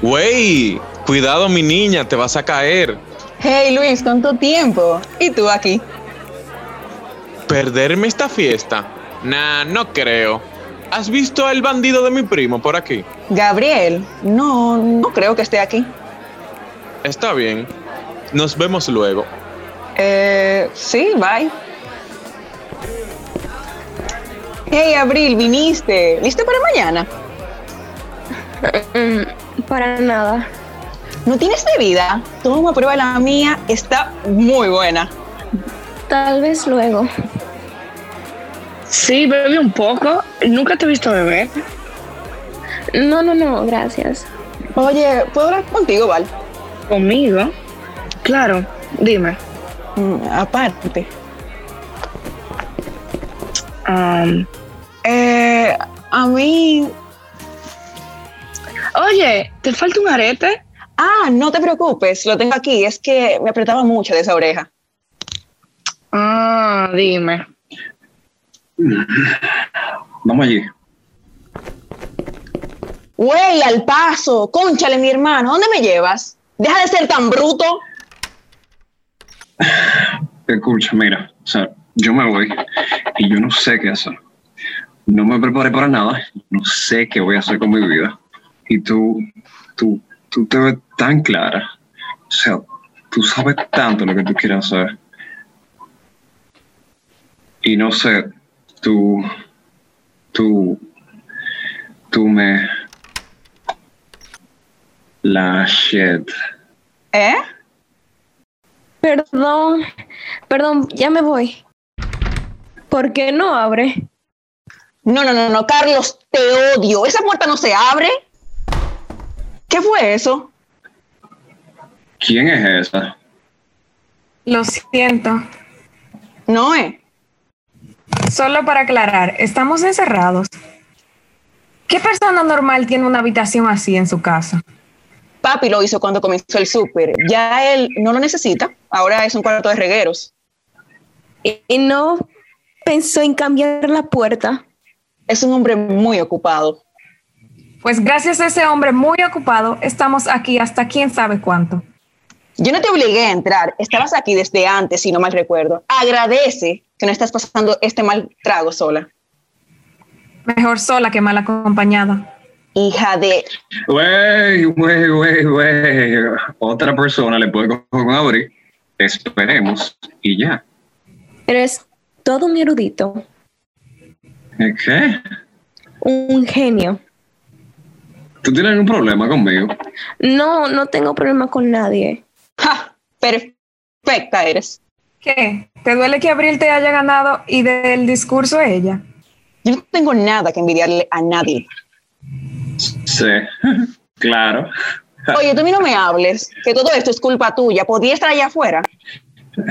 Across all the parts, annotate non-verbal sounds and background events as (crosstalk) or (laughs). Wey, cuidado mi niña, te vas a caer. Hey Luis, ¿cuánto tiempo? ¿Y tú aquí? ¿Perderme esta fiesta? Nah, no creo. ¿Has visto al bandido de mi primo por aquí? Gabriel, no, no creo que esté aquí. Está bien. Nos vemos luego. Eh, sí, bye. Hey Abril, viniste. ¿Lista para mañana? Mm, Para nada. ¿No tienes bebida? Toma, prueba la mía. Está muy buena. Tal vez luego. Sí, bebe un poco. Nunca te he visto beber. No, no, no, gracias. Oye, ¿puedo hablar contigo, Val? ¿Conmigo? Claro, dime. Mm, aparte. Am, Eh, a mí... Oye, ¿te falta un arete? Ah, no te preocupes, lo tengo aquí. Es que me apretaba mucho de esa oreja. Ah, dime. Vamos allí. Güey, al paso. Cónchale, mi hermano. ¿Dónde me llevas? Deja de ser tan bruto. Escucha, mira, o sea, yo me voy y yo no sé qué hacer. No me preparé para nada, no sé qué voy a hacer con mi vida. Y tú, tú, tú te ves tan clara. O sea, tú sabes tanto lo que tú quieres hacer. Y no sé, tú, tú, tú me... La shit. ¿Eh? Perdón, perdón, ya me voy. ¿Por qué no abre? No, no, no, no, Carlos, te odio. Esa puerta no se abre. ¿Qué fue eso? ¿Quién es esa? Lo siento. No, eh. Solo para aclarar, estamos encerrados. ¿Qué persona normal tiene una habitación así en su casa? Papi lo hizo cuando comenzó el súper. Ya él no lo necesita. Ahora es un cuarto de regueros. Y y no pensó en cambiar la puerta. Es un hombre muy ocupado. Pues gracias a ese hombre muy ocupado, estamos aquí hasta quién sabe cuánto. Yo no te obligué a entrar. Estabas aquí desde antes, si no mal recuerdo. Agradece que no estás pasando este mal trago sola. Mejor sola que mal acompañada. Hija de... (laughs) Wey, wey, wey, wey. Otra persona le puede coger con abrir. Esperemos y ya. Eres todo un erudito, ¿Eh, ¿Qué? un genio. ¿Tú tienes algún problema conmigo? No, no tengo problema con nadie. ¡Ja! Perfecta eres. ¿Qué? ¿Te duele que Abril te haya ganado y del discurso a ella? Yo no tengo nada que envidiarle a nadie. Sí, (laughs) claro. Oye, tú a mí no me hables, que todo esto es culpa tuya. Podía estar allá afuera.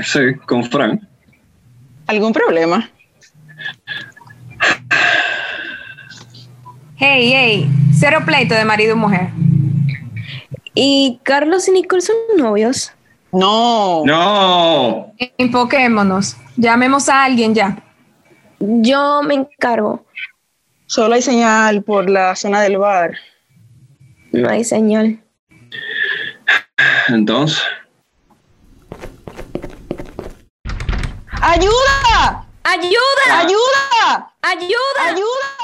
Sí, con Frank. ¿Algún problema? Hey, hey, cero pleito de marido y mujer. ¿Y Carlos y Nicole son novios? No. No. Enfoquémonos. Llamemos a alguien ya. Yo me encargo. Solo hay señal por la zona del bar. No hay señal. Entonces, ¡Ayuda! ¡Ayuda! ¡Ayuda! Ah. ¡Ayuda! ¡Ayuda!